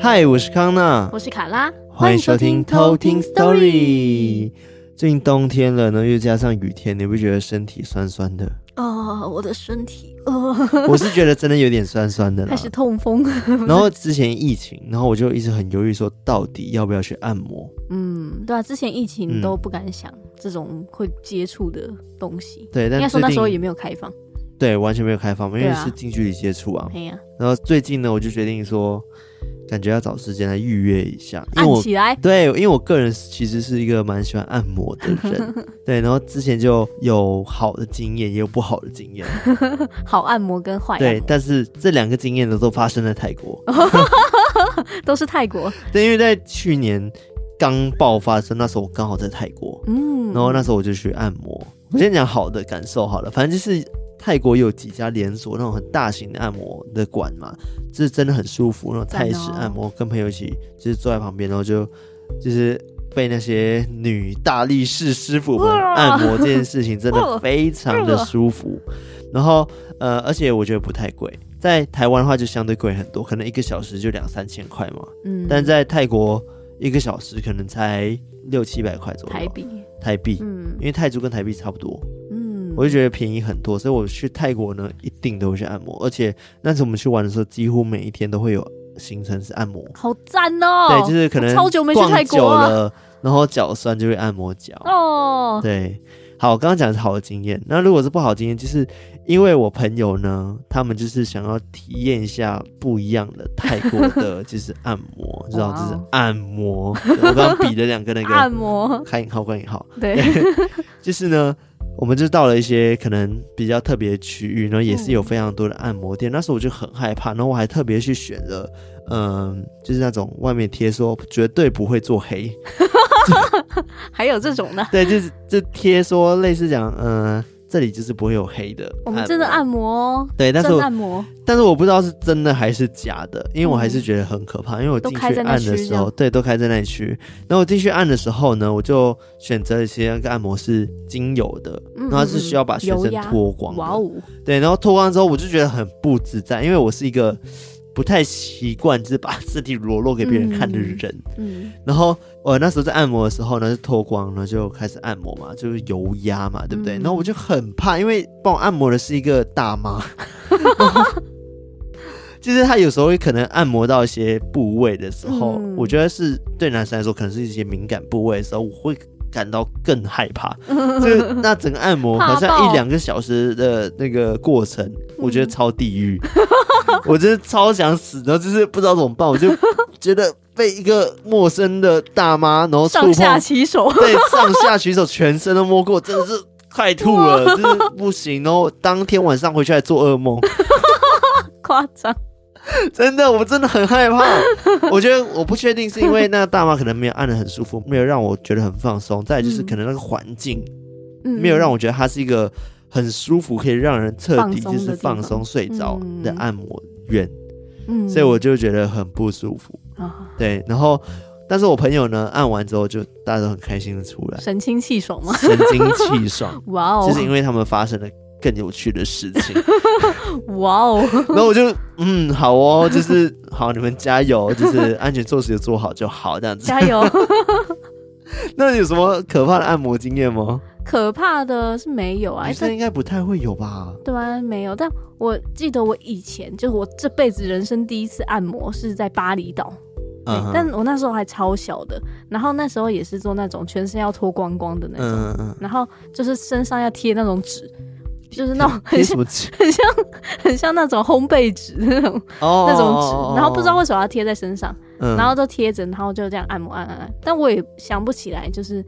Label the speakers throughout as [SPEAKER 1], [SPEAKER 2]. [SPEAKER 1] 嗨，我是康娜，
[SPEAKER 2] 我是卡拉，
[SPEAKER 1] 欢迎收听偷听 Story。最近冬天了呢，又加上雨天，你不觉得身体酸酸 的？
[SPEAKER 2] 哦，我的身体，哦，
[SPEAKER 1] 我是觉得真的有点酸酸的啦
[SPEAKER 2] 开。始痛风。
[SPEAKER 1] 然后之前疫情，然后我就一直很犹豫，说到底要不要去按摩？
[SPEAKER 2] 嗯，对啊，之前疫情
[SPEAKER 1] 嗯
[SPEAKER 2] 都不敢想这种会接触的东西，
[SPEAKER 1] 对，但
[SPEAKER 2] 应该
[SPEAKER 1] 最
[SPEAKER 2] 说那时候也
[SPEAKER 1] 近
[SPEAKER 2] 没有开放。
[SPEAKER 1] 对完全没有开放嘛，因为
[SPEAKER 2] 对啊
[SPEAKER 1] 是近距离接触啊。
[SPEAKER 2] 哎呀，
[SPEAKER 1] 然后最近呢，我就决定说，感觉要找时间来预约一下，因为
[SPEAKER 2] 按
[SPEAKER 1] 我
[SPEAKER 2] 起来，
[SPEAKER 1] 对，因为我个人其实是一个蛮喜欢按摩的人，对，然后之前就有好的经验，也有不好的经验，
[SPEAKER 2] 好按摩跟坏按
[SPEAKER 1] 对，
[SPEAKER 2] 摩
[SPEAKER 1] 但是这两个经验呢都发生在泰国，
[SPEAKER 2] 都是泰国。
[SPEAKER 1] 对，因为在去年刚爆发的时候，那时候我刚好在泰国，
[SPEAKER 2] 嗯，
[SPEAKER 1] 然后那时候我就去按摩，我先讲好的感受好了，反正就是。泰国有几家连锁那种很大型的按摩的馆嘛，这真的很舒服。那种
[SPEAKER 2] 赞哦
[SPEAKER 1] 泰式按摩，跟朋友一起就是坐在旁边，然后就就是被那些女大力士师傅们
[SPEAKER 2] 哇哦
[SPEAKER 1] 按摩这件事情， 真的非常的舒服。然后呃，而且我觉得不太贵，在台湾的话就相对贵很多，可能一个小时就两三千块嘛，
[SPEAKER 2] 嗯，
[SPEAKER 1] 但在泰国一个小时可能才六七百块左右
[SPEAKER 2] 台币，
[SPEAKER 1] 台币，
[SPEAKER 2] 嗯
[SPEAKER 1] 因为泰铢跟台币差不多，
[SPEAKER 2] 嗯，
[SPEAKER 1] 我就觉得便宜很多，所以我去泰国呢一定都会去按摩，而且那次我们去玩的时候，几乎每一天都会有行程是按摩，
[SPEAKER 2] 好赞哦。
[SPEAKER 1] 对，就是可能
[SPEAKER 2] 我超久没去泰
[SPEAKER 1] 逛
[SPEAKER 2] 国
[SPEAKER 1] 久
[SPEAKER 2] 啊
[SPEAKER 1] 了，然后脚酸就会按摩脚，啊
[SPEAKER 2] 哦，
[SPEAKER 1] 对。好，我刚刚讲的是好的经验，那如果是不好的经验，就是因为我朋友呢，他们就是想要体验一下不一样的泰国 的，就是按摩，你知道，
[SPEAKER 2] 哇
[SPEAKER 1] 就
[SPEAKER 2] 哦
[SPEAKER 1] 是按摩。对我刚刚比了两个那
[SPEAKER 2] 按
[SPEAKER 1] 个
[SPEAKER 2] 摩，
[SPEAKER 1] 开引号关引号，
[SPEAKER 2] 对，
[SPEAKER 1] 就是呢，我们就到了一些可能比较特别的区域，然后也是有非常多的按摩店。那时候我就很害怕，然后我还特别去选了，嗯、就是那种外面贴说绝对不会做 黑，
[SPEAKER 2] 还有这种的。
[SPEAKER 1] 对，就是就贴说类似讲，嗯、这里就是不会有黑的。
[SPEAKER 2] 我们真的按
[SPEAKER 1] 摩，
[SPEAKER 2] 摩哦，
[SPEAKER 1] 对，但是
[SPEAKER 2] 真
[SPEAKER 1] 我
[SPEAKER 2] 按摩，
[SPEAKER 1] 但是我不知道是真的还是假的，因为我还是觉得很可怕，因为我
[SPEAKER 2] 都
[SPEAKER 1] 进去
[SPEAKER 2] 开在那
[SPEAKER 1] 按的
[SPEAKER 2] 区
[SPEAKER 1] 时
[SPEAKER 2] 这
[SPEAKER 1] 候，
[SPEAKER 2] 样
[SPEAKER 1] 对，都开在那一区。然后我进去按的时候呢，我就选择了一些那个按摩是精油的，
[SPEAKER 2] 嗯
[SPEAKER 1] 然后它是
[SPEAKER 2] 嗯
[SPEAKER 1] 需要把全
[SPEAKER 2] 油
[SPEAKER 1] 身
[SPEAKER 2] 压
[SPEAKER 1] 脱光的。
[SPEAKER 2] 哇哦，
[SPEAKER 1] 对，然后脱光之后，我就觉得很不自在，因为我是一个不太习惯就是把 自己裸露给别人看的人。
[SPEAKER 2] 嗯，
[SPEAKER 1] 然后我那时候在按摩的时候呢，就脱光了，然后就开始按摩嘛，就是油压嘛，对不对？
[SPEAKER 2] 嗯
[SPEAKER 1] 然后我就很怕，因为帮我按摩的是一个大妈，然 后就是她有时候会可能按摩到一些部位的时候，
[SPEAKER 2] 嗯
[SPEAKER 1] 我觉得是对男生来说，可能是一些敏感部位的时候，我会。感到更害怕， 就是那整个按摩好
[SPEAKER 2] 怕
[SPEAKER 1] 像一
[SPEAKER 2] 爆嗯
[SPEAKER 1] 两个小时的那个过程，我觉得超地狱， 我真的超想死，然后就是不知道怎么办，我就觉得被一个陌生的大妈，然后触
[SPEAKER 2] 上
[SPEAKER 1] 碰，
[SPEAKER 2] 下其手，
[SPEAKER 1] 对上下取手，全身都摸过，真的 是快吐了，就是不行。然后当天晚上回去还做噩梦，
[SPEAKER 2] 夸张，
[SPEAKER 1] 真的，我真的很害怕。 我觉得我不确定是因为那个大妈可能没有按的很舒服，没有让我觉得很放松，再来就是
[SPEAKER 2] 嗯
[SPEAKER 1] 可能那个环境
[SPEAKER 2] 嗯
[SPEAKER 1] 没有让我觉得它是一个很舒服，可以让人彻底
[SPEAKER 2] 放松
[SPEAKER 1] 就
[SPEAKER 2] 的
[SPEAKER 1] 是放
[SPEAKER 2] 地
[SPEAKER 1] 松
[SPEAKER 2] 方
[SPEAKER 1] 睡着
[SPEAKER 2] 嗯
[SPEAKER 1] 的按摩院，
[SPEAKER 2] 嗯
[SPEAKER 1] 所以我就觉得很不舒服。
[SPEAKER 2] 啊
[SPEAKER 1] 对，然后但是我朋友呢，按完之后就大家都很开心的出来，
[SPEAKER 2] 神清气爽嘛，，
[SPEAKER 1] 神清气爽
[SPEAKER 2] 哇 哦
[SPEAKER 1] 就，是因为他们发生了更有趣的事情。
[SPEAKER 2] 哇哦，
[SPEAKER 1] 然后我就 嗯，好哦，就是好，你们加油，就是安全措施有做好就好，这样子。
[SPEAKER 2] 加 油！
[SPEAKER 1] 那有什么可怕的按摩经验吗？
[SPEAKER 2] 可怕的是没有啊
[SPEAKER 1] 女，
[SPEAKER 2] 但
[SPEAKER 1] 生应该不太会有吧？
[SPEAKER 2] 对啊，没有。但我记得我以前就是我这辈子人生第一次按摩是在巴厘岛，
[SPEAKER 1] 嗯
[SPEAKER 2] 对
[SPEAKER 1] 哼，
[SPEAKER 2] 但我那时候还超小的，然后那时候也是做那种全身要脱光光的那种，
[SPEAKER 1] 嗯嗯 嗯，
[SPEAKER 2] 然后就是身上要贴那种纸，就是那种
[SPEAKER 1] 贴
[SPEAKER 2] 很
[SPEAKER 1] 什
[SPEAKER 2] 像
[SPEAKER 1] 么 纸？
[SPEAKER 2] 很像很像那种烘焙纸的那种
[SPEAKER 1] 哦，
[SPEAKER 2] 那种纸，然后不知道为什么要贴在身上，
[SPEAKER 1] 嗯，
[SPEAKER 2] 然后都贴着，然后就这样按摩按按按，但我也想不起来就是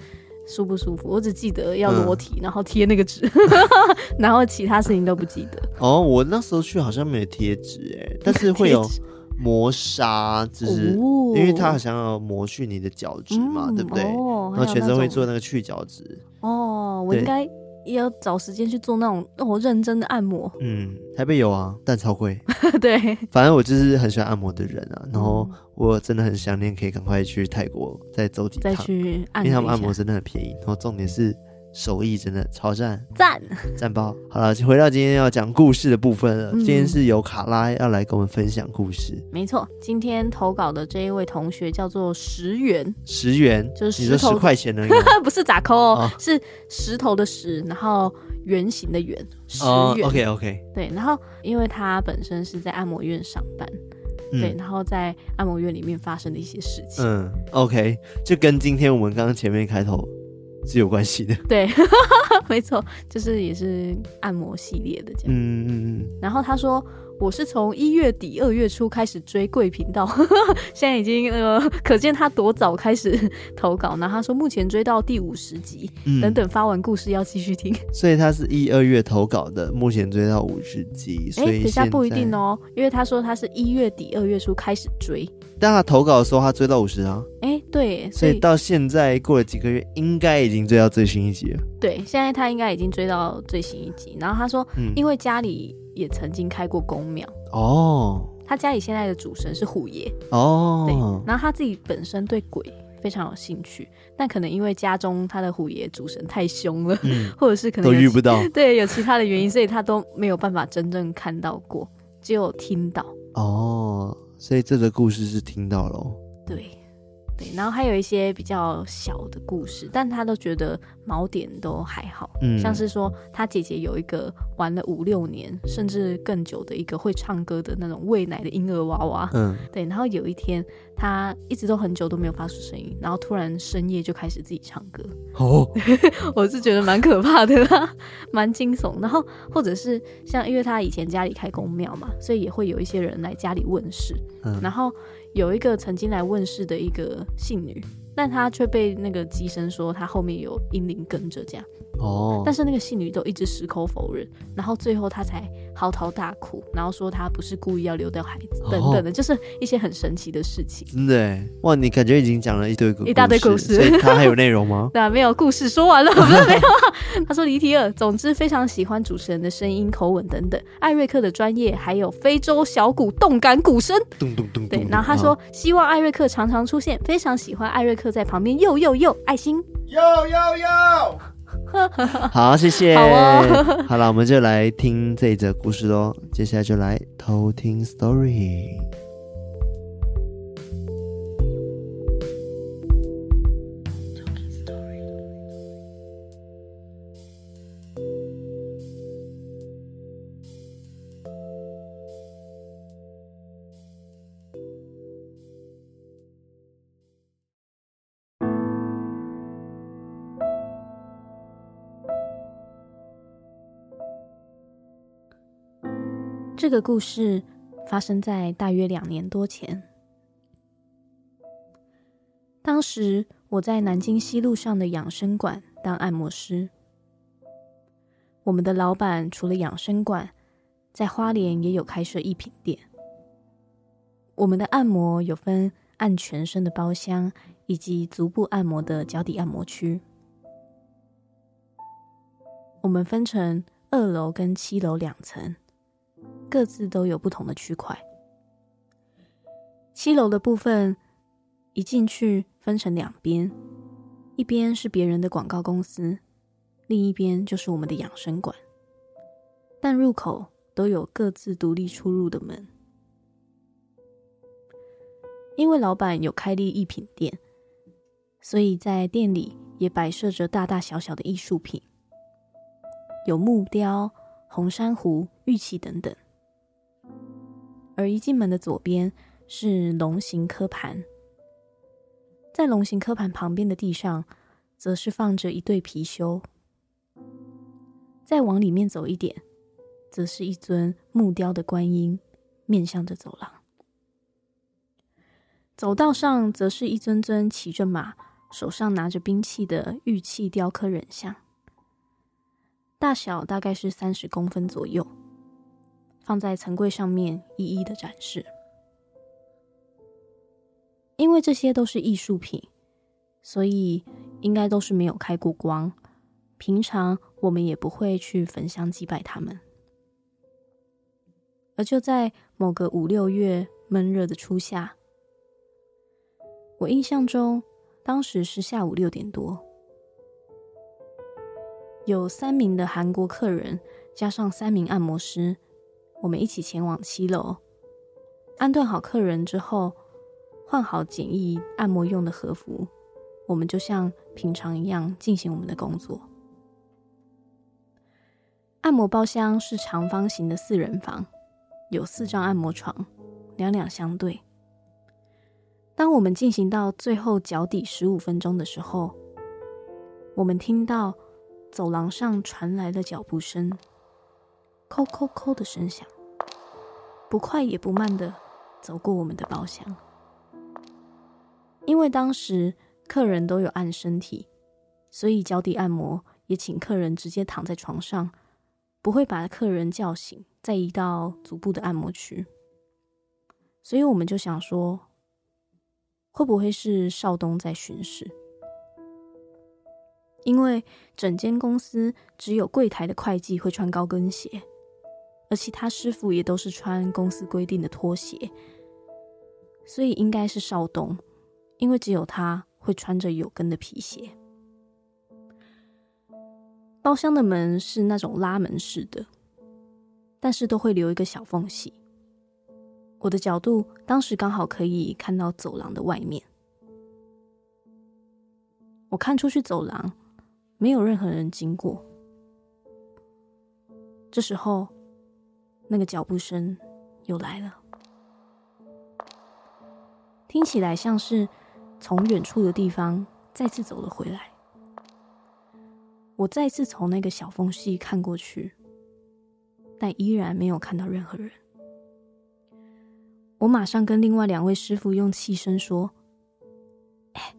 [SPEAKER 2] 舒不舒服，我只记得要裸体，然后贴那个纸， 然后其他事情都不记得。
[SPEAKER 1] 哦，我那时候去好像没有贴纸哎，但是会有
[SPEAKER 2] 贴纸
[SPEAKER 1] 磨砂，就是、
[SPEAKER 2] 哦
[SPEAKER 1] 因为它好像要磨去你的角质嘛，
[SPEAKER 2] 嗯
[SPEAKER 1] 对不对？
[SPEAKER 2] 哦，
[SPEAKER 1] 然后
[SPEAKER 2] 还有
[SPEAKER 1] 全身
[SPEAKER 2] 那
[SPEAKER 1] 会
[SPEAKER 2] 种
[SPEAKER 1] 做那个去角质，
[SPEAKER 2] 哦，我
[SPEAKER 1] 对
[SPEAKER 2] 应该也要找时间去做那种让我认真的 按摩。
[SPEAKER 1] 嗯，台北有啊，但超贵。
[SPEAKER 2] 对，嗯
[SPEAKER 1] 反正我就是很喜欢按摩的人啊，然后我真的很想念可以赶快去泰国再走几趟
[SPEAKER 2] 再，去按
[SPEAKER 1] 因为
[SPEAKER 2] 摩一下
[SPEAKER 1] 他们按摩真的很便宜，然后重点是手艺真的超赞
[SPEAKER 2] 赞，
[SPEAKER 1] 赞爆！好了，回到今天要讲故事的部分了。
[SPEAKER 2] 嗯
[SPEAKER 1] 今天是由卡拉要来跟我们分享故事。
[SPEAKER 2] 没错。今天投稿的这一位同学叫做石原，
[SPEAKER 1] 十元，
[SPEAKER 2] 就是
[SPEAKER 1] 你说
[SPEAKER 2] 石头
[SPEAKER 1] 十块钱 的那个
[SPEAKER 2] 他不是咋抠哦，
[SPEAKER 1] 哦
[SPEAKER 2] 是石头的石，然后圆形的圆，石
[SPEAKER 1] 哦
[SPEAKER 2] 原。
[SPEAKER 1] ，OK OK，
[SPEAKER 2] 对，然后因为他本身是在按摩院上班，对，
[SPEAKER 1] 嗯
[SPEAKER 2] 然后在按摩院里面发生的一些事情，
[SPEAKER 1] 嗯，OK，就跟今天我们刚刚前面开头是有关系的。
[SPEAKER 2] 对， 没错，就是也是按摩系列的这样。
[SPEAKER 1] 嗯嗯嗯，
[SPEAKER 2] 然后他说。我是从一月底二月初开始追贵频道， 现在已经呃，可见他多早开始投稿。然后他说目前追到第五十集，
[SPEAKER 1] 嗯
[SPEAKER 2] 等等发完故事要继续听。
[SPEAKER 1] 所以他是一二月投稿的，目前追到五十集，
[SPEAKER 2] 哎、
[SPEAKER 1] 所以
[SPEAKER 2] 等一下不一定
[SPEAKER 1] 哦。
[SPEAKER 2] 哦，因为他说他是一月底二月初开始追。
[SPEAKER 1] 但他投稿的时候他追到五十啊，
[SPEAKER 2] 哎、对，
[SPEAKER 1] 所
[SPEAKER 2] 所
[SPEAKER 1] 以
[SPEAKER 2] 以
[SPEAKER 1] 到现在过了几个月，应该已经追到最新一集了。
[SPEAKER 2] 对，现在他应该已经追到最新一集。然后他说，
[SPEAKER 1] 嗯，
[SPEAKER 2] 因为家里也曾经开过公庙，
[SPEAKER 1] 哦
[SPEAKER 2] 他家里现在的主神是虎爷，对，
[SPEAKER 1] 哦，
[SPEAKER 2] 然后他自己本身对鬼非常有兴趣，但可能因为家中他的虎爷主神太凶了，
[SPEAKER 1] 嗯，
[SPEAKER 2] 或者是可能
[SPEAKER 1] 都
[SPEAKER 2] 有
[SPEAKER 1] 遇
[SPEAKER 2] 其
[SPEAKER 1] 不到
[SPEAKER 2] 对有其他的原因，所以他都没有办法真正看到过，只有听到。
[SPEAKER 1] 哦，所以这个故事是听到了哦。
[SPEAKER 2] 对，对，然后还有一些比较小的故事，但他都觉得锚点都还好，
[SPEAKER 1] 嗯
[SPEAKER 2] 像是说他姐姐有一个玩了五六年甚至更久的一个会唱歌的那种喂奶的婴儿 娃娃，
[SPEAKER 1] 嗯，
[SPEAKER 2] 对，然后有一天他一直都很久都没有发出声音，然后突然深夜就开始自己唱歌，
[SPEAKER 1] 哦，
[SPEAKER 2] 我是觉得蛮可怕的啦， 蛮惊悚。然后或者是像，因为他以前家里开公庙嘛，所以也会有一些人来家里问事。
[SPEAKER 1] 嗯
[SPEAKER 2] 然后有一个曾经来问事的一个信女，但她却被那个机身说她后面有阴灵跟着这样，
[SPEAKER 1] 哦，
[SPEAKER 2] 但是那个信女都一直矢口否认，然后最后她才嚎啕大哭，然后说她不是故意要留掉孩
[SPEAKER 1] 哦
[SPEAKER 2] 子等等的，就是一些很神奇的事情。
[SPEAKER 1] 真的耶哇，你感觉已经讲了一堆故
[SPEAKER 2] 一大堆故事？
[SPEAKER 1] 所以他还有内容吗
[SPEAKER 2] 对啊，没有故事说完了，不是没有啊。他说离题了。总之非常喜欢主持人的声音、口吻等等，艾瑞克的专业，还有非洲小鼓动感鼓声。
[SPEAKER 1] 咚咚咚咚
[SPEAKER 2] 对
[SPEAKER 1] 咚，
[SPEAKER 2] 然后他说希望艾瑞克常常出现，非常喜欢艾瑞克在旁边又又又爱心。
[SPEAKER 3] 哟哟哟！
[SPEAKER 1] 啊好，谢谢。
[SPEAKER 2] 好哦
[SPEAKER 1] 好了，我们就来听这一则故事喽。接下来就来偷听 story。
[SPEAKER 2] 这个故事发生在大约两年多前。当时我在南京西路上的养生馆当按摩师。我们的老板除了养生馆，在花莲也有开设一品店。我们的按摩有分按全身的包厢，以及足部按摩的脚底按摩区。我们分成二楼跟七楼两层。各自都有不同的区块。七楼的部分一进去分成两边，一边是别人的广告公司，另一边就是我们的养生馆。但入口都有各自独立出入的门。因为老板有开立艺品店，所以在店里也摆设着大大小小的艺术品，有木雕、红珊瑚、玉器等等。而一进门的左边是龙形科盘，在龙形科盘旁边的地上，则是放着一对貔貅。再往里面走一点，则是一尊木雕的观音，面向着走廊。走道上则是一尊尊骑着马、手上拿着兵器的玉器雕刻人像。大小大概是三十公分左右，放在层柜上面一一的展示。因为这些都是艺术品，所以应该都是没有开过光。平常我们也不会去焚香祭拜他们。而就在某个五六月闷热的初夏，我印象中当时是下午六点多，有三名的韩国客人，加上三名按摩师，我们一起前往七楼。安顿好客人之后，换好简易按摩用的和服，我们就像平常一样进行我们的工作。按摩包厢是长方形的四人房，有四张按摩床，两两相对。当我们进行到最后脚底十五分钟的时候，我们听到走廊上传来了脚步声，扣扣扣的声响，不快也不慢的走过我们的包厢。因为当时客人都有按身体，所以脚底按摩也请客人直接躺在床上，不会把客人叫醒，再移到足部的按摩区。所以我们就想说，会不会是少东在巡视？因为整间公司只有柜台的会计会穿高跟鞋，而其他师傅也都是穿公司规定的拖鞋，所以应该是少东，因为只有他会穿着有跟的皮鞋。包厢的门是那种拉门式的，但是都会留一个小缝隙。我的角度当时刚好可以看到走廊的外面。我看出去走廊，没有任何人经过。这时候，那个脚步声又来了，听起来像是从远处的地方再次走了回来。我再次从那个小缝隙看过去，但依然没有看到任何人。我马上跟另外两位师傅用气声说：“哎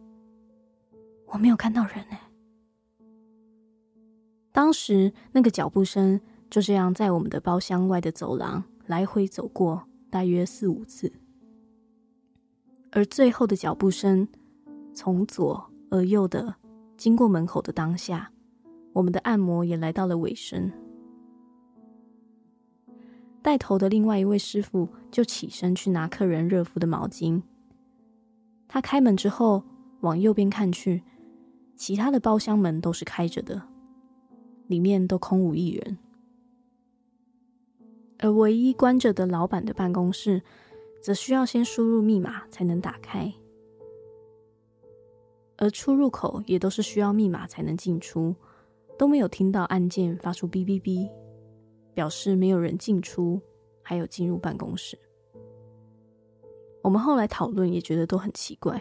[SPEAKER 2] 我没有看到人哎、当时那个脚步声就这样在我们的包厢外的走廊来回走过，大约四五次。而最后的脚步声从左而右的经过门口的当下，我们的按摩也来到了尾声。带头的另外一位师傅就起身去拿客人热敷的毛巾。他开门之后，往右边看去，其他的包厢门都是开着的，里面都空无一人。而唯一关着的老板的办公室，则需要先输入密码才能打开，而出入口也都是需要密码才能进出，都没有听到按键发出哔哔哔，表示没有人进出，还有进入办公室。我们后来讨论也觉得都很奇怪，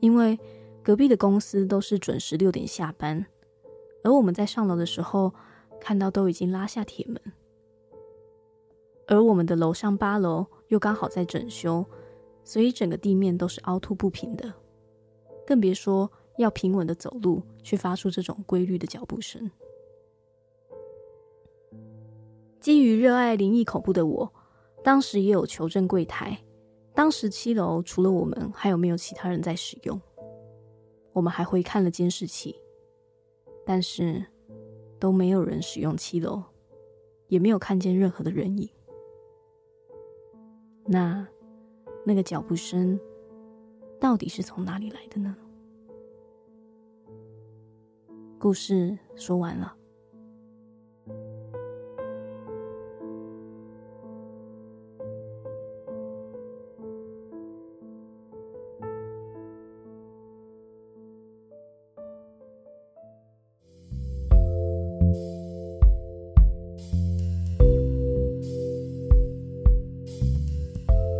[SPEAKER 2] 因为隔壁的公司都是准时六点下班，而我们在上楼的时候看到都已经拉下铁门，而我们的楼上八楼又刚好在整修，所以整个地面都是凹凸不平的，更别说要平稳的走路去发出这种规律的脚步声。基于热爱灵异恐怖的我，当时也有求证柜台，当时七楼除了我们，还有没有其他人在使用？我们还回看了监视器，但是都没有人使用七楼，也没有看见任何的人影。那那个脚步声到底是从哪里来的呢？故事说完了。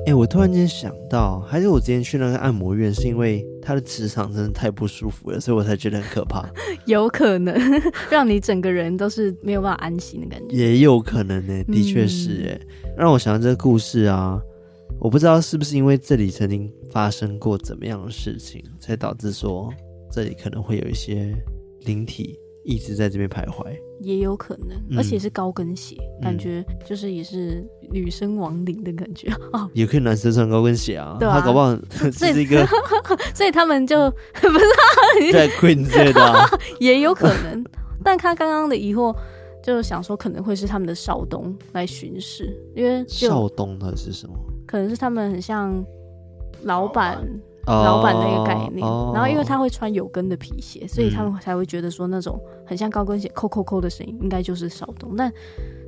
[SPEAKER 1] 哎、我突然间想到，还是我之前去那个按摩院，是因为它的磁场真的太不舒服了，所以我才觉得很可怕。
[SPEAKER 2] 有可能让你整个人都是没有办法安心的感 觉。
[SPEAKER 1] 也有可能呢、的确是
[SPEAKER 2] 嗯
[SPEAKER 1] 哎、让我想到这个故事啊，我不知道是不是因为这里曾经发生过怎么样的事情，才导致说这里可能会有一些灵体一直在这边徘徊。
[SPEAKER 2] 也有可能，
[SPEAKER 1] 嗯
[SPEAKER 2] 而且是高跟鞋，
[SPEAKER 1] 嗯
[SPEAKER 2] 感觉就是也是女生亡灵的感觉
[SPEAKER 1] 嗯
[SPEAKER 2] 哦。
[SPEAKER 1] 也可以男生穿高跟鞋啊，
[SPEAKER 2] 对啊
[SPEAKER 1] 他搞不好只 是一个
[SPEAKER 2] 所以他们就不是
[SPEAKER 1] 在 Queen 之类的、啊，
[SPEAKER 2] 也有可能， 但他刚刚的疑惑就想说可能会是他们的少东来巡 视，因为就
[SPEAKER 1] 少东的是什么？
[SPEAKER 2] 可能是他们很像老板 老板那个概念。
[SPEAKER 1] 哦嗯
[SPEAKER 2] 然后因为他会穿有跟的皮鞋，所以他们才会觉得说那种很像高跟鞋扣扣扣的声音应该就是骚动，但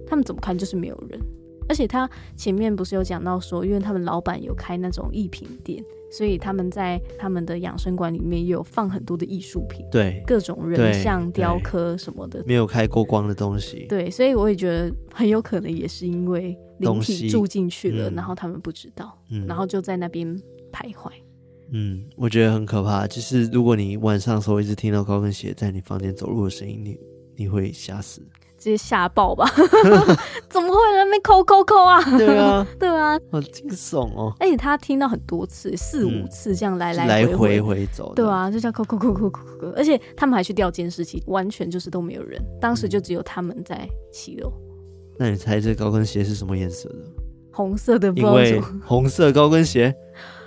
[SPEAKER 2] 他们怎么看就是没有人。而且他前面不是有讲到说，因为他们老板有开那种艺品店，所以他们在他们的养生馆里面也有放很多的艺术品，
[SPEAKER 1] 对
[SPEAKER 2] 各种人
[SPEAKER 1] 对
[SPEAKER 2] 像、
[SPEAKER 1] 对
[SPEAKER 2] 雕刻什么的
[SPEAKER 1] 没有开过光的东西，
[SPEAKER 2] 对，所以我也觉得很有可能也是因为灵
[SPEAKER 1] 东西
[SPEAKER 2] 体住进去了，
[SPEAKER 1] 嗯
[SPEAKER 2] 然后他们不知道，
[SPEAKER 1] 嗯，
[SPEAKER 2] 然后就在那边徘徊。
[SPEAKER 1] 嗯，我觉得很可怕。就是如果你晚上的时候一直听到高跟鞋在你房间走路的声音，你你会吓 死。
[SPEAKER 2] 直接吓 爆吧！怎么会有人被抠抠抠啊？
[SPEAKER 1] 对啊，
[SPEAKER 2] 对啊，
[SPEAKER 1] 好惊悚哦，
[SPEAKER 2] 而且他听到很多次，四五
[SPEAKER 1] 嗯
[SPEAKER 2] 次这样来
[SPEAKER 1] 是
[SPEAKER 2] 来回
[SPEAKER 1] 回回走。
[SPEAKER 2] 对，啊，就叫抠抠抠抠抠抠。而且他们还去调监视器，完全就是都没有人，当时就只有他们在骑楼，
[SPEAKER 1] 那你猜这高跟鞋是什么颜色的？
[SPEAKER 2] 红色的不知
[SPEAKER 1] 因
[SPEAKER 2] 道为什
[SPEAKER 1] 为
[SPEAKER 2] 么，
[SPEAKER 1] 红色高跟鞋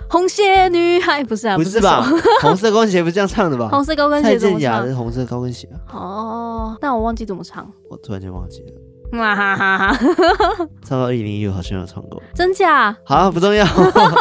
[SPEAKER 2] 红鞋女孩不是啊，
[SPEAKER 1] 不
[SPEAKER 2] 是
[SPEAKER 1] 是吧
[SPEAKER 2] 什么？？
[SPEAKER 1] 红色高跟鞋不是这样唱的吧
[SPEAKER 2] 红？色高跟
[SPEAKER 1] 蔡
[SPEAKER 2] 鞋怎么
[SPEAKER 1] 健雅
[SPEAKER 2] 唱
[SPEAKER 1] 的？红色高跟鞋啊，
[SPEAKER 2] 哦，但我忘记怎么 唱。
[SPEAKER 1] 我突然间忘记了，
[SPEAKER 2] 哈哈哈哈！
[SPEAKER 1] 唱到一零一好像有唱过。
[SPEAKER 2] 真假？
[SPEAKER 1] 好，不重要。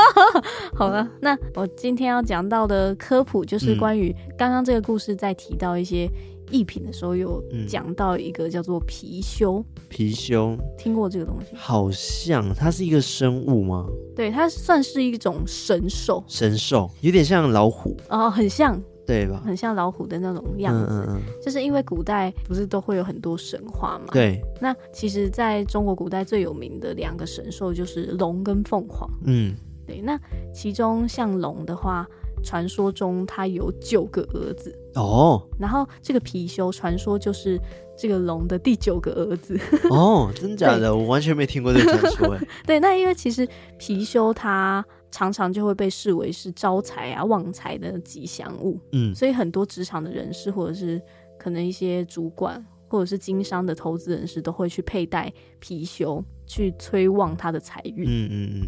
[SPEAKER 2] 好了，那我今天要讲到的科普
[SPEAKER 1] 嗯
[SPEAKER 2] 就是关于刚刚这个故事，在提到一些艺品的时候，有
[SPEAKER 1] 嗯
[SPEAKER 2] 讲到一个叫做貔貅，
[SPEAKER 1] 貔貅
[SPEAKER 2] 听过这个东西？
[SPEAKER 1] 好像它是一个生物吗？
[SPEAKER 2] 对，它算是一种神兽
[SPEAKER 1] 神兽，有点像老虎，
[SPEAKER 2] 哦、很像
[SPEAKER 1] 对吧？
[SPEAKER 2] 很像老虎的那种样
[SPEAKER 1] 嗯
[SPEAKER 2] 子。
[SPEAKER 1] 嗯嗯，
[SPEAKER 2] 就是因为古代不是都会有很多神话嘛？。
[SPEAKER 1] 对，
[SPEAKER 2] 那其实在中国古代最有名的两个神兽就是龙跟凤凰。
[SPEAKER 1] 嗯，
[SPEAKER 2] 对，那其中像龙的话，传说中它有九个儿子，
[SPEAKER 1] 哦
[SPEAKER 2] 然后这个貔貅传说就是这个龙的第九个儿子。
[SPEAKER 1] 哦，真假的，我完全没听过这个传说，哎，
[SPEAKER 2] 对，那因为其实貔貅它常常就会被视为是招财啊、旺财的吉祥物，
[SPEAKER 1] 嗯
[SPEAKER 2] 所以很多职场的人士或者是可能一些主管或者是经商的投资人士都会去佩戴貔貅去催旺他的财运。
[SPEAKER 1] 嗯嗯嗯，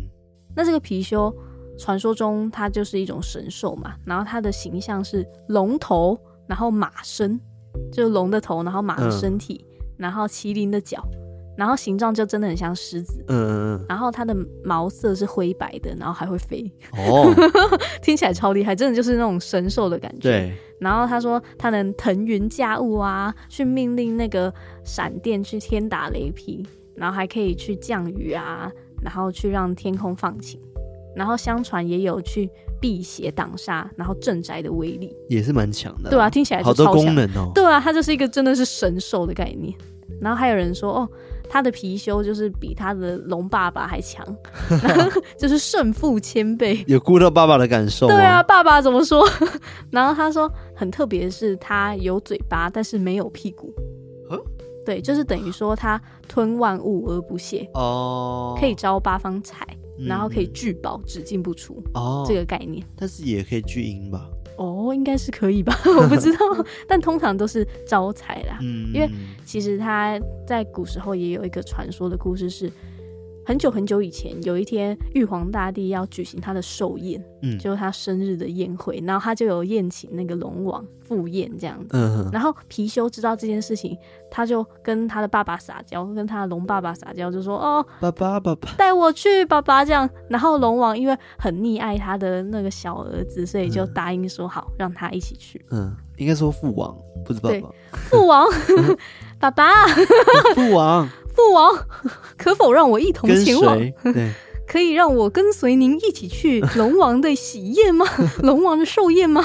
[SPEAKER 2] 那这个貔貅，传说中它就是一种神兽嘛，然后它的形象是龙头，然后马身，就是龙的头，然后马的身体，然后麒麟的脚，然后形状就真的很像狮子。
[SPEAKER 1] 嗯嗯
[SPEAKER 2] 然后它的毛色是灰白的，然后还会飞，
[SPEAKER 1] 嗯，哦，
[SPEAKER 2] 听起来超厉害，真的就是那种神兽的感觉。。
[SPEAKER 1] 对，
[SPEAKER 2] 然后他说他能腾云驾雾啊，去命令那个闪电去天打雷劈，然后还可以去降雨啊，然后去让天空放晴。然后相传也有去辟邪挡煞，然后镇宅的威力。
[SPEAKER 1] 也是蛮强的，
[SPEAKER 2] 对啊，，听起来就
[SPEAKER 1] 好多
[SPEAKER 2] 超强
[SPEAKER 1] 功能哦，
[SPEAKER 2] 对啊，它就是一个真的是神兽的概念。然后还有人说，哦，他的貔貅就是比他的龙爸爸 还强，就是胜负千倍。
[SPEAKER 1] 有顾到爸爸的感受吗？
[SPEAKER 2] 对啊，，爸爸怎么说？ 然后他说很特别的是，他有嘴巴，但是没有屁股
[SPEAKER 1] 啊。
[SPEAKER 2] 对，就是等于说他吞万物而不屑，
[SPEAKER 1] 哦，
[SPEAKER 2] 可以招八方财，
[SPEAKER 1] 嗯，
[SPEAKER 2] 然后可以
[SPEAKER 1] 嗯
[SPEAKER 2] 聚宝，只进不出
[SPEAKER 1] 哦，
[SPEAKER 2] 这个概念。
[SPEAKER 1] 但是也可以巨婴吧，
[SPEAKER 2] 哦，应该是 可以吧？我不知道，但通常都是招财啦。
[SPEAKER 1] 嗯，
[SPEAKER 2] 因为其实他在古时候也有一个传说的故事是，很久很久以前，有一天玉皇大帝要举行他的寿宴，
[SPEAKER 1] 嗯
[SPEAKER 2] 就是他生日的宴会，然后他就有宴请那个龙王赴宴这样子。
[SPEAKER 1] 嗯嗯
[SPEAKER 2] 然后貔貅知道这件事情，他就跟他的爸爸撒娇，跟他的龙爸爸撒娇，就说：“哦，
[SPEAKER 1] 爸爸爸爸，
[SPEAKER 2] 带我去，爸爸。”这样。然后龙王因为很溺爱他的那个小儿子，所以就答应说好，让他一起去。
[SPEAKER 1] 嗯，应该说父王，不是爸
[SPEAKER 2] 对
[SPEAKER 1] 爸，
[SPEAKER 2] 父王， 爸爸，
[SPEAKER 1] 父王
[SPEAKER 2] 父王，可否 让我一同
[SPEAKER 1] 跟
[SPEAKER 2] 前往？
[SPEAKER 1] 谁？ 对，
[SPEAKER 2] 可以让我跟随您一起去龙王的喜宴 吗？龙王的寿宴吗？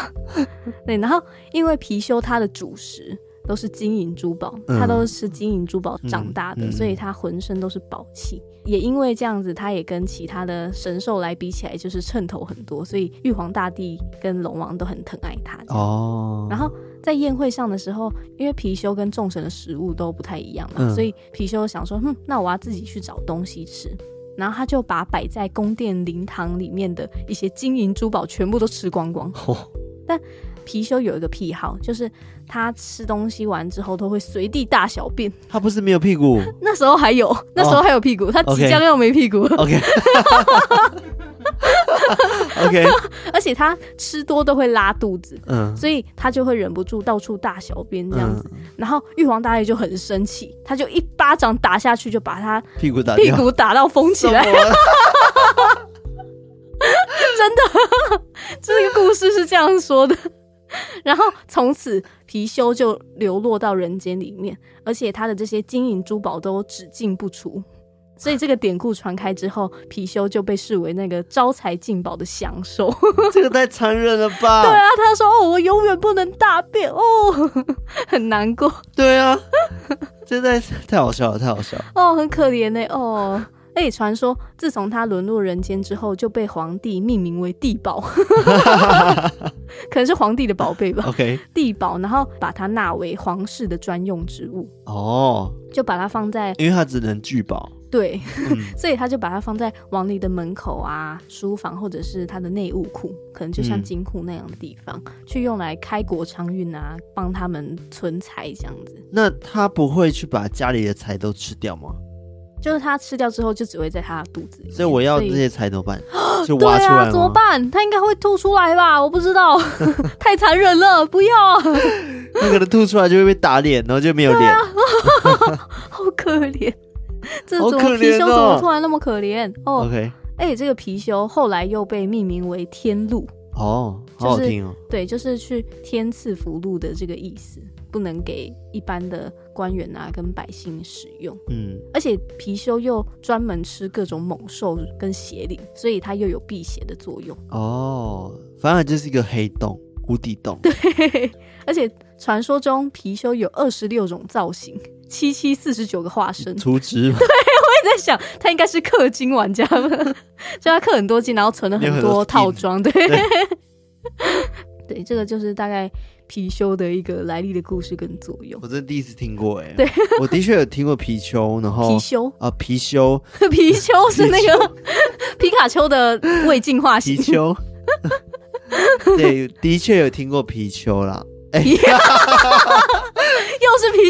[SPEAKER 2] 对，然后因为貔貅它的主食都是金银珠宝，
[SPEAKER 1] 嗯
[SPEAKER 2] 它都是金银珠宝长大的，
[SPEAKER 1] 嗯嗯
[SPEAKER 2] 所以它浑身都是宝气。也因为这样子，它也跟其他的神兽来比起来，就是称头很多，所以玉皇大帝跟龙王都很疼爱它。
[SPEAKER 1] 哦，
[SPEAKER 2] 然后在宴会上的时候，因为貔貅跟众神的食物都不太一样嘛，
[SPEAKER 1] 嗯
[SPEAKER 2] 所以貔貅想说，哼，嗯那我要自己去找东西吃。然后他就把摆在宫殿灵堂里面的一些金银珠宝全部都吃光光。
[SPEAKER 1] 哦
[SPEAKER 2] 貔貅有一个癖好，就是他吃东西完之后都会随地大小便。
[SPEAKER 1] 他不是没有屁 股
[SPEAKER 2] 那时候还有，那时候还有屁股，他即
[SPEAKER 1] 哦 OK
[SPEAKER 2] 将要没屁 股了。
[SPEAKER 1] ，OK。OK，
[SPEAKER 2] 而且他吃多都会拉肚子，
[SPEAKER 1] 嗯，
[SPEAKER 2] 所以他就会忍不住到处大小便这样子。
[SPEAKER 1] 嗯
[SPEAKER 2] 然后玉皇大帝就很生气，他就一巴掌打下去，就把他
[SPEAKER 1] 屁股打
[SPEAKER 2] 屁
[SPEAKER 1] 掉，
[SPEAKER 2] 股打到疯起来，
[SPEAKER 1] 什么
[SPEAKER 2] 这个是这样说的。 然后从此貔貅就流落到人间里面，而且它的这些金银珠宝都只进不出。所以这个典故传开之后，貔貅就被视为那个招财进宝的享受。
[SPEAKER 1] 这个太残忍了吧？
[SPEAKER 2] 对啊，他说：“哦，我永远不能大便哦， 很难过
[SPEAKER 1] 对啊，这太太好笑了，太好笑了。
[SPEAKER 2] 哦，很可怜呢哦。”而且传说，自从他沦落人间之后，就被皇帝命名为地宝， 可能是皇帝的宝贝吧，
[SPEAKER 1] OK，
[SPEAKER 2] 地宝。然后把它纳为皇室的专用植物，
[SPEAKER 1] 哦，
[SPEAKER 2] 就把它放在
[SPEAKER 1] 因为它只能聚宝，
[SPEAKER 2] 对，
[SPEAKER 1] 嗯
[SPEAKER 2] 所以他就把它放在王里的门口啊、书房或者是他的内务库，可能就像
[SPEAKER 1] 嗯
[SPEAKER 2] 金库那样的地方，去用来开国昌运啊，帮他们存财这样子。
[SPEAKER 1] 那它不会去把家里的财都吃掉吗？
[SPEAKER 2] 就是他吃掉之后，就只会在他的肚子里面。
[SPEAKER 1] 所以我要
[SPEAKER 2] 所以
[SPEAKER 1] 这些财怎么 办？就
[SPEAKER 2] 对
[SPEAKER 1] 挖出来
[SPEAKER 2] 啊，
[SPEAKER 1] 吗
[SPEAKER 2] 怎么办？他应该会吐出来吧？我不知 道，太残忍了，不要，
[SPEAKER 1] 那可能吐出来就会被打脸，然后就没有
[SPEAKER 2] 啊
[SPEAKER 1] 脸。
[SPEAKER 2] 好可怜。这
[SPEAKER 1] 好
[SPEAKER 2] 怎么
[SPEAKER 1] 可
[SPEAKER 2] 貔
[SPEAKER 1] 怜
[SPEAKER 2] 貅怎
[SPEAKER 1] 哦
[SPEAKER 2] 么突然那么可怜？哦，
[SPEAKER 1] OK，
[SPEAKER 2] 哎、这个貔貅后来又被命名为天禄，
[SPEAKER 1] 哦，
[SPEAKER 2] 就是
[SPEAKER 1] 好好听哦。
[SPEAKER 2] 对，就是去天赐福禄的这个意思，不能给一般的官员啊跟百姓使用。
[SPEAKER 1] 嗯，
[SPEAKER 2] 而且貔貅又专门吃各种猛兽跟邪灵，所以它又有辟邪的作用。
[SPEAKER 1] 哦，反而就是一个黑洞，无底洞。
[SPEAKER 2] 而且传说中貔貅有二十六种造型，七七四十九个化身。 我
[SPEAKER 1] 除值嘛，
[SPEAKER 2] 也在想，他应该是氪金玩家吧？就他氪很多金，然后存了
[SPEAKER 1] 有
[SPEAKER 2] 很
[SPEAKER 1] 很多
[SPEAKER 2] 多
[SPEAKER 1] skin
[SPEAKER 2] 套装。对，
[SPEAKER 1] 对
[SPEAKER 2] 对，这个就是大概貔貅的一个来历的故事跟作用。
[SPEAKER 1] 我真的第一次听过哎。
[SPEAKER 2] 对，
[SPEAKER 1] 我的确有听过貔貅，然后
[SPEAKER 2] 貔貅，
[SPEAKER 1] 啊貔貅，
[SPEAKER 2] 貔貅是那个皮卡丘的未进化型
[SPEAKER 1] 貔。 貅，对，的确有听过貔貅 啦。
[SPEAKER 2] 又是貔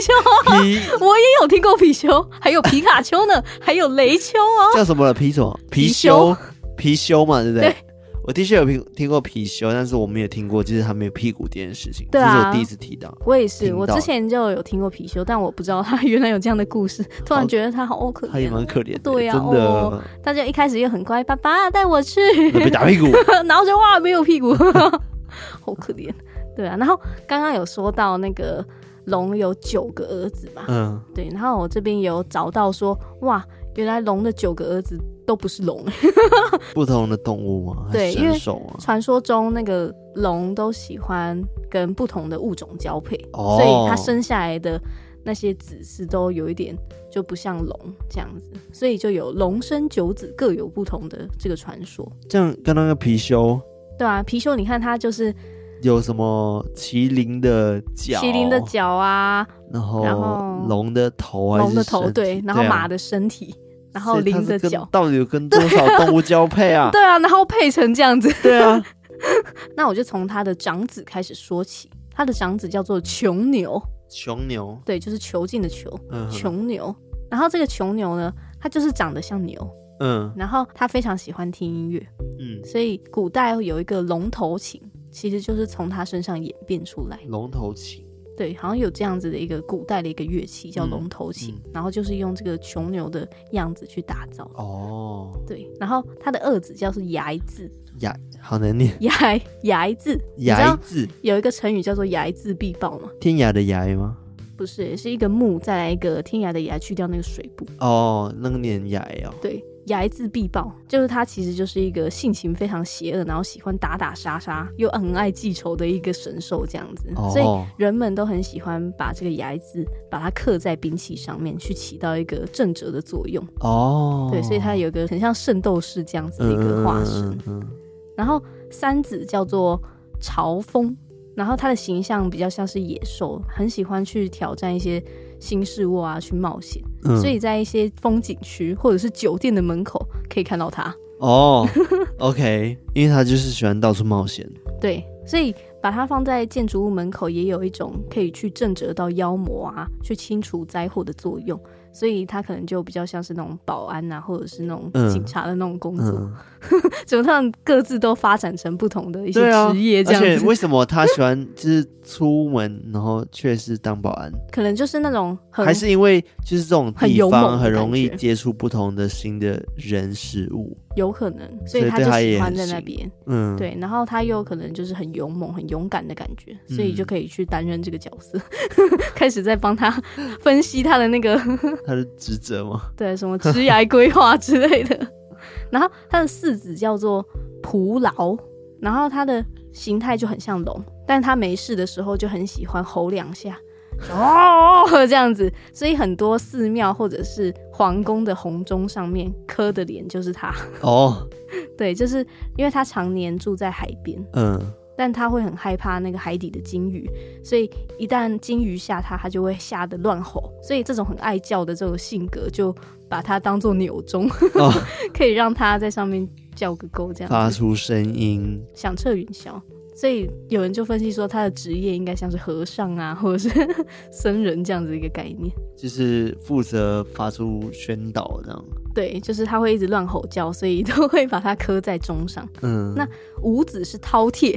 [SPEAKER 2] 貅，
[SPEAKER 1] 貔
[SPEAKER 2] 我也有听过貔貅，还有皮卡丘呢，还有雷丘哦。
[SPEAKER 1] 叫什么了？貔什么？
[SPEAKER 2] 貔
[SPEAKER 1] 貔
[SPEAKER 2] 貅
[SPEAKER 1] 貅，貔貅嘛，对不对？
[SPEAKER 2] 对
[SPEAKER 1] 我的确有听听过貔貅，但是我没有听过就是它没有屁股这件事情，
[SPEAKER 2] 对
[SPEAKER 1] 这
[SPEAKER 2] 啊
[SPEAKER 1] 是我第一次提到。
[SPEAKER 2] 我也是，
[SPEAKER 1] 听到
[SPEAKER 2] 我之前就有听过貔貅，但我不知道它 原来有这样的故事，突然觉得它好可
[SPEAKER 1] 他也
[SPEAKER 2] 怜哦。
[SPEAKER 1] 蛮可怜的，
[SPEAKER 2] 对呀
[SPEAKER 1] 真的、
[SPEAKER 2] 哦大家一开始也很乖，爸爸带我去，
[SPEAKER 1] 那呃被打屁股。
[SPEAKER 2] 然后就哇没有屁股， 好可怜。对啊，然后刚刚有说到那个龙有九个儿子嘛，
[SPEAKER 1] 嗯，
[SPEAKER 2] 对，然后我这边有找到说，哇，原来龙的九个儿子都不是龙，欸
[SPEAKER 1] 不同的动物嘛，
[SPEAKER 2] 对
[SPEAKER 1] 还是
[SPEAKER 2] 因为
[SPEAKER 1] 神兽啊，
[SPEAKER 2] 传说中那个龙都喜欢跟不同的物种交配，
[SPEAKER 1] 哦
[SPEAKER 2] 所以它生下来的那些子是都有一点就不像龙这样子，所以就有龙生九子各有不同的这个传说。
[SPEAKER 1] 这样跟那个貔貅
[SPEAKER 2] 对啊，貔貅你看它就是
[SPEAKER 1] 有什么麒麟的角，
[SPEAKER 2] 麒麟的，脚啊，
[SPEAKER 1] 然后
[SPEAKER 2] 然后
[SPEAKER 1] 龙的头还是
[SPEAKER 2] 龙的头
[SPEAKER 1] 身体
[SPEAKER 2] 对，然后马
[SPEAKER 1] 啊
[SPEAKER 2] 的身体，然后
[SPEAKER 1] 所以它
[SPEAKER 2] 麟
[SPEAKER 1] 是
[SPEAKER 2] 的
[SPEAKER 1] 跟
[SPEAKER 2] 脚，
[SPEAKER 1] 到底有跟多少动物交配 啊？
[SPEAKER 2] 对啊，然后配成这样子。
[SPEAKER 1] 对啊，
[SPEAKER 2] 那我就从他的长子开始说起，他的长子叫做穷牛，
[SPEAKER 1] 雄牛，
[SPEAKER 2] 对，就是囚禁的囚，
[SPEAKER 1] 嗯
[SPEAKER 2] 穷牛。然后这个穷牛呢，他就是长得像牛，
[SPEAKER 1] 嗯
[SPEAKER 2] 然后他非常喜欢听音乐，
[SPEAKER 1] 嗯，
[SPEAKER 2] 所以古代有一个龙头琴，其实就是从他身上演变出来。
[SPEAKER 1] 龙头琴，
[SPEAKER 2] 对，好像有这样子的一个古代的一个乐器叫龙头琴，
[SPEAKER 1] 嗯
[SPEAKER 2] 然后就是用这个穷牛的样子去打造。
[SPEAKER 1] 哦，
[SPEAKER 2] 对，然后他的二子叫是睚字，
[SPEAKER 1] 牙好难念，
[SPEAKER 2] 睚睚字，你知
[SPEAKER 1] 牙
[SPEAKER 2] 道
[SPEAKER 1] 字，
[SPEAKER 2] 有一个成语叫做睚眦必报吗？
[SPEAKER 1] 天涯的涯吗？
[SPEAKER 2] 不是，是一个木，再来一个天涯的涯，去掉那个水部。
[SPEAKER 1] 哦，那个念牙哦，
[SPEAKER 2] 对，睚眦必报，就是他其实就是一个性情非常邪恶，然后喜欢打打杀杀，又很爱记仇的一个神兽这样子。所以
[SPEAKER 1] 哦，
[SPEAKER 2] 人们都很喜欢把这个睚眦把它刻在兵器上面，去起到一个正折的作用。
[SPEAKER 1] 哦，
[SPEAKER 2] 对，所以它有一个很像圣斗士这样子的一个化身。
[SPEAKER 1] 嗯嗯嗯嗯
[SPEAKER 2] 然后三子叫做朝风，然后他的形象比较像是野兽，很喜欢去挑战一些新事物啊，去冒险。
[SPEAKER 1] 嗯
[SPEAKER 2] 所以在一些风景区或者是酒店的门口可以看到他。
[SPEAKER 1] 哦 ，OK，因为他就是喜欢到处冒险，
[SPEAKER 2] 对，所以把它放在建筑物门口，也有一种可以去震慑到妖魔啊，去清除灾祸的作用。所以他可能就比较像是那种保安啊，或者是那种
[SPEAKER 1] 嗯
[SPEAKER 2] 警察的那种工作，
[SPEAKER 1] 嗯，
[SPEAKER 2] 怎么他们各自都发展成不同的一些
[SPEAKER 1] 对啊
[SPEAKER 2] 职业这
[SPEAKER 1] 而
[SPEAKER 2] 样
[SPEAKER 1] 且
[SPEAKER 2] 子，
[SPEAKER 1] 为什么他喜欢 就是出门，然后却是当保安？
[SPEAKER 2] 可能就是那种很
[SPEAKER 1] 还是因为就是这种
[SPEAKER 2] 很
[SPEAKER 1] 地
[SPEAKER 2] 勇猛
[SPEAKER 1] 方
[SPEAKER 2] 的
[SPEAKER 1] 很容易
[SPEAKER 2] 感觉
[SPEAKER 1] 接触不同的新的人事物？
[SPEAKER 2] 有可能，
[SPEAKER 1] 所
[SPEAKER 2] 所以
[SPEAKER 1] 以
[SPEAKER 2] 他
[SPEAKER 1] 对
[SPEAKER 2] 就
[SPEAKER 1] 他
[SPEAKER 2] 喜
[SPEAKER 1] 也
[SPEAKER 2] 欢
[SPEAKER 1] 很
[SPEAKER 2] 在那
[SPEAKER 1] 吸
[SPEAKER 2] 边。
[SPEAKER 1] 嗯，，
[SPEAKER 2] 对，然后他又可能就是很勇猛、很勇敢的感觉，所以就
[SPEAKER 1] 嗯
[SPEAKER 2] 可以去担任这个角色， 开始在帮他分析他的那个
[SPEAKER 1] 他的职责嘛，
[SPEAKER 2] 对什么职涯规划之类的。然后他的四子叫做蒲牢，然后他的形态就很像龙，但他没事的时候就很喜欢吼两下。 哦，这样子，所以很多寺庙或者是皇宫的红钟上面刻的脸就是他，
[SPEAKER 1] 哦，
[SPEAKER 2] 对，就是因为他常年住在海边，
[SPEAKER 1] 嗯，
[SPEAKER 2] 但他会很害怕那个海底的鲸鱼，所以一旦鲸鱼吓他，他就会吓得乱吼。所以这种很爱叫的这种性格，就把它当做钮钟，
[SPEAKER 1] 哦
[SPEAKER 2] 可以让它在上面叫个够， 这样
[SPEAKER 1] 发
[SPEAKER 2] 子
[SPEAKER 1] 出声音，
[SPEAKER 2] 响彻云霄。所以有人就分析说，他的职业应该像是和尚啊，或者是僧人这样子一个概念。
[SPEAKER 1] 就是负责发出宣导这样。
[SPEAKER 2] 对，就是他会一直乱吼叫，所以都会把它刻在钟上。
[SPEAKER 1] 嗯，
[SPEAKER 2] 那五子是 饕餮，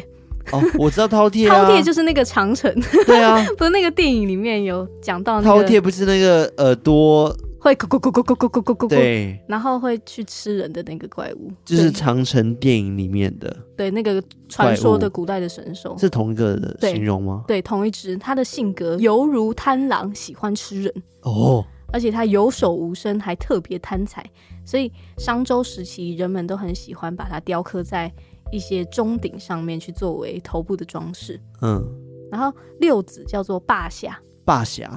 [SPEAKER 1] 哦，我知道饕餮、啊，
[SPEAKER 2] 饕餮就是那个长城，
[SPEAKER 1] 对啊，
[SPEAKER 2] 不是那个电影里面有讲到那
[SPEAKER 1] 饕
[SPEAKER 2] 个
[SPEAKER 1] 餮不是那个耳朵，
[SPEAKER 2] 会咕咕咕咕咕咕咕咕咕咕，
[SPEAKER 1] 对，
[SPEAKER 2] 然后会去吃人的那个怪物，
[SPEAKER 1] 就是
[SPEAKER 2] 对
[SPEAKER 1] 长城电影里面的，
[SPEAKER 2] 对那个传说
[SPEAKER 1] 怪
[SPEAKER 2] 的
[SPEAKER 1] 物
[SPEAKER 2] 古代的神兽，
[SPEAKER 1] 是同一个的
[SPEAKER 2] 对
[SPEAKER 1] 形容吗？
[SPEAKER 2] 对同一只，它的性格犹如贪狼，喜欢吃人，
[SPEAKER 1] 哦，
[SPEAKER 2] 而且它有手无身，还特别贪财，所以商周时期人们都很喜欢把它雕刻在一些钟鼎上面去作为头部的装饰。
[SPEAKER 1] 嗯，
[SPEAKER 2] 然后六子叫做霸下，
[SPEAKER 1] 霸侠，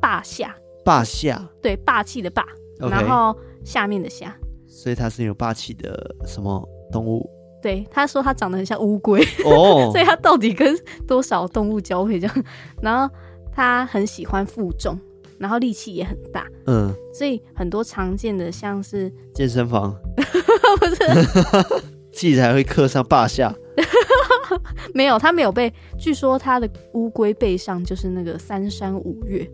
[SPEAKER 2] 霸下
[SPEAKER 1] 霸下
[SPEAKER 2] 对霸气的霸
[SPEAKER 1] OK
[SPEAKER 2] 然后下面的下。
[SPEAKER 1] 所以它是有霸气的什么动物？
[SPEAKER 2] 对，他说他长得很像乌龟，
[SPEAKER 1] 哦
[SPEAKER 2] 所以，它到底跟多少动物交配这样？然后它很喜欢负重，然后力气也很大，
[SPEAKER 1] 嗯，
[SPEAKER 2] 所以很多常见的像是
[SPEAKER 1] 健身房 不 是器材会刻上霸下，
[SPEAKER 2] 没有它没有被，据说它的乌龟背上就是那个三山五岳，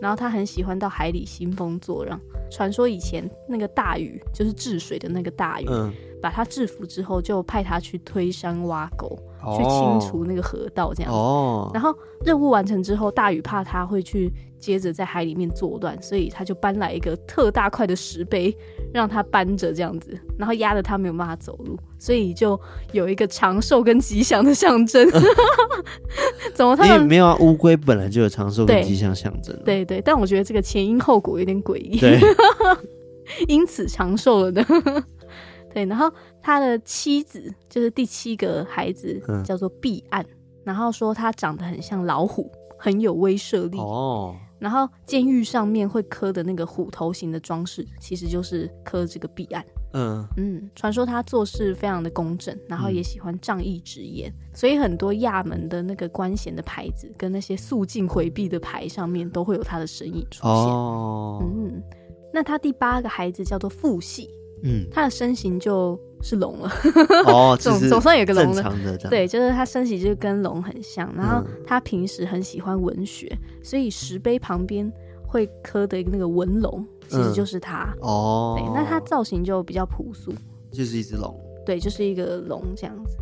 [SPEAKER 2] 然后它很喜欢到海里兴风作浪。传说以前那个大禹就是治水的那个大禹，
[SPEAKER 1] 嗯，
[SPEAKER 2] 把它制服之后，就派他去推山挖沟，
[SPEAKER 1] 哦
[SPEAKER 2] 去清除那个河道这样子。
[SPEAKER 1] 哦，
[SPEAKER 2] 然后任务完成之后，大禹怕他会去接着在海里面作乱，所以他就搬来一个特大块的石碑，让他搬着这样子，然后压得他没有办法走路，所以就有一个长寿跟吉祥的 象征。怎么他
[SPEAKER 1] 因为
[SPEAKER 2] 们？
[SPEAKER 1] 没有啊，乌龟本来就有长寿跟
[SPEAKER 2] 对
[SPEAKER 1] 吉祥象征啊，
[SPEAKER 2] 对对，但我觉得这个前因后果有点诡异，
[SPEAKER 1] 对，
[SPEAKER 2] 因此长寿了呢。 对，然后他的妻子就是第七个孩子
[SPEAKER 1] 嗯，
[SPEAKER 2] 叫做毕岸，然后说他长得很像老虎，很有威慑力。
[SPEAKER 1] 哦，
[SPEAKER 2] 然后监狱上面会刻的那个虎头形的装饰，其实就是刻这个彼岸。
[SPEAKER 1] 嗯，
[SPEAKER 2] 嗯，传说他做事非常的公正，然后
[SPEAKER 1] 嗯
[SPEAKER 2] 也喜欢仗义执言，所以很多亚门的那个官衔的牌子跟那些肃静回避的牌上面都会有他的身影出现。
[SPEAKER 1] 哦，
[SPEAKER 2] 嗯，那他第八个孩子叫做父系，
[SPEAKER 1] 嗯，
[SPEAKER 2] 他的身形就是龙了，
[SPEAKER 1] 哦，
[SPEAKER 2] 总
[SPEAKER 1] 就是
[SPEAKER 2] 总算有个龙
[SPEAKER 1] 正
[SPEAKER 2] 了。
[SPEAKER 1] 常的这样，
[SPEAKER 2] 对，就是他身形就跟龙很像，然后
[SPEAKER 1] 嗯
[SPEAKER 2] 他平时很喜欢文学，所以石碑旁边会刻的一个那个文龙，其实就是他。
[SPEAKER 1] 嗯哦，
[SPEAKER 2] 对，那他造型就比较朴素，
[SPEAKER 1] 就是一只龙，
[SPEAKER 2] 对，就是一个龙这样子，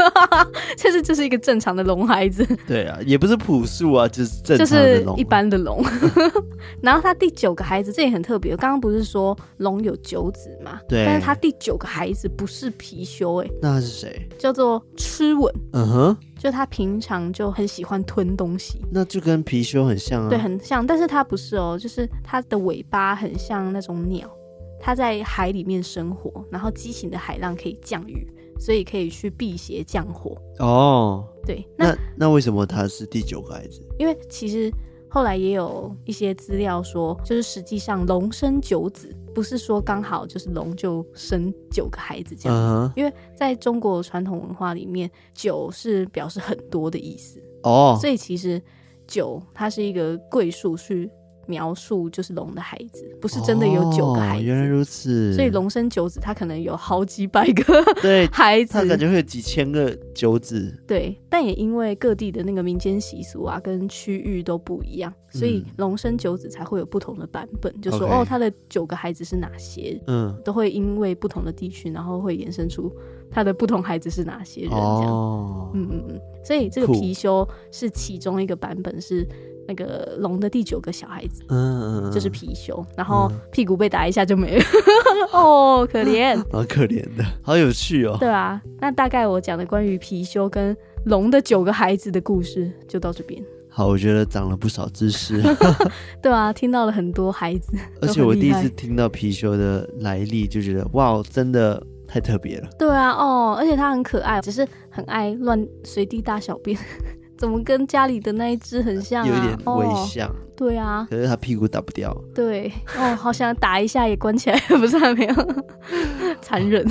[SPEAKER 2] 就是就是一个正常的龙孩子，
[SPEAKER 1] 对啊，也不是朴素啊，就是正
[SPEAKER 2] 就
[SPEAKER 1] 常的
[SPEAKER 2] 是
[SPEAKER 1] 龙，
[SPEAKER 2] 一般的龙。 然后他第九个孩子，这也很特别，刚刚不是说龙有九子嘛？
[SPEAKER 1] 对
[SPEAKER 2] 但是他第九个孩子不是貔貅，哎，
[SPEAKER 1] 那他是谁？
[SPEAKER 2] 叫做吃吻，
[SPEAKER 1] 嗯哼，
[SPEAKER 2] 就他平常就很喜欢吞东西。
[SPEAKER 1] 那就跟貔貅很像啊，
[SPEAKER 2] 对，很像，但是它不是哦，就是它的尾巴很像那种鸟，它在海里面生活，然后畸形的海浪可以降雨，所以可以去辟邪降火。
[SPEAKER 1] 哦，
[SPEAKER 2] 对，那
[SPEAKER 1] 那那为什么他是第九个孩子？
[SPEAKER 2] 因为其实后来也有一些资料说，就是实际上龙生九子，不是说刚好就是龙就生九个孩子这样子。
[SPEAKER 1] 嗯哼，
[SPEAKER 2] 因为在中国传统文化里面，九是表示很多的意思，
[SPEAKER 1] 哦，
[SPEAKER 2] 所以其实九它是一个贵数，是描述就是龙的孩子，不是真的有九个孩
[SPEAKER 1] 哦
[SPEAKER 2] 子。
[SPEAKER 1] 原来如此。
[SPEAKER 2] 所以龙生九子，它可能有好几百个
[SPEAKER 1] 对
[SPEAKER 2] 孩
[SPEAKER 1] 他感
[SPEAKER 2] 子。
[SPEAKER 1] 觉会有几千个九子，
[SPEAKER 2] 对，但也因为各地的那个民间习俗啊，跟区域都不一样，所以
[SPEAKER 1] 嗯
[SPEAKER 2] 龙生九子才会有不同的版本，就说
[SPEAKER 1] OK
[SPEAKER 2] 哦，他的九个孩子是哪些，
[SPEAKER 1] 嗯，
[SPEAKER 2] 都会因为不同的地区，然后会衍生出他的不同孩子是哪些人这样。
[SPEAKER 1] 哦，
[SPEAKER 2] 嗯嗯嗯，所以这个
[SPEAKER 1] 酷
[SPEAKER 2] 貔貅是其中一个版本，是那个龙的第九个小孩子，
[SPEAKER 1] 嗯嗯，嗯
[SPEAKER 2] 就是貔貅，然后屁股被打一下就没了， 哦，可怜。
[SPEAKER 1] 蛮可怜的，好有趣哦。
[SPEAKER 2] 对啊，那大概我讲的关于貔貅跟龙的九个孩子的故事就到这边。
[SPEAKER 1] 好，我觉得长了不少知 识，
[SPEAKER 2] 对啊，听到了很多孩子，
[SPEAKER 1] 而且我
[SPEAKER 2] 都很
[SPEAKER 1] 第
[SPEAKER 2] 厉
[SPEAKER 1] 一
[SPEAKER 2] 害
[SPEAKER 1] 次听到貔貅的来历，就觉得哇，真的太特别了。
[SPEAKER 2] 对啊，哦，而且它很可爱，只是很爱乱随地大小便， 怎么跟家里的那一只很像啊？
[SPEAKER 1] 有一点微
[SPEAKER 2] 哦，
[SPEAKER 1] 像，
[SPEAKER 2] 对啊，
[SPEAKER 1] 可是他屁股打不掉。
[SPEAKER 2] 对，哦，好想打一下也关起来， 不是啊还没有 残忍。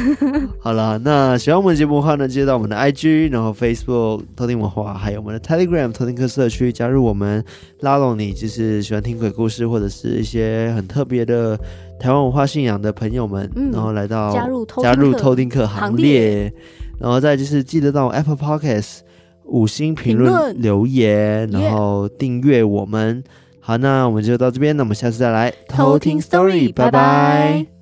[SPEAKER 1] 好了，那喜欢我们的节目的话呢，记得到我们的 IG，然后 Facebook 偷听文化，还有我们的 Telegram 偷听客社区，加入我们，拉拢你就是喜欢听鬼故事或者是一些很特别的台湾文化信仰的朋友们，
[SPEAKER 2] 嗯
[SPEAKER 1] 然后来到
[SPEAKER 2] 加入偷
[SPEAKER 1] 加入
[SPEAKER 2] 客
[SPEAKER 1] 偷听客行
[SPEAKER 2] 行
[SPEAKER 1] 列，然后再就是记得到 Apple Podcast 五星评
[SPEAKER 2] 评
[SPEAKER 1] 论
[SPEAKER 2] 论
[SPEAKER 1] 留言，
[SPEAKER 2] Yeah
[SPEAKER 1] 然后订阅我们。好，那我们就到这边，那我们下次再来
[SPEAKER 2] 偷听 story，拜拜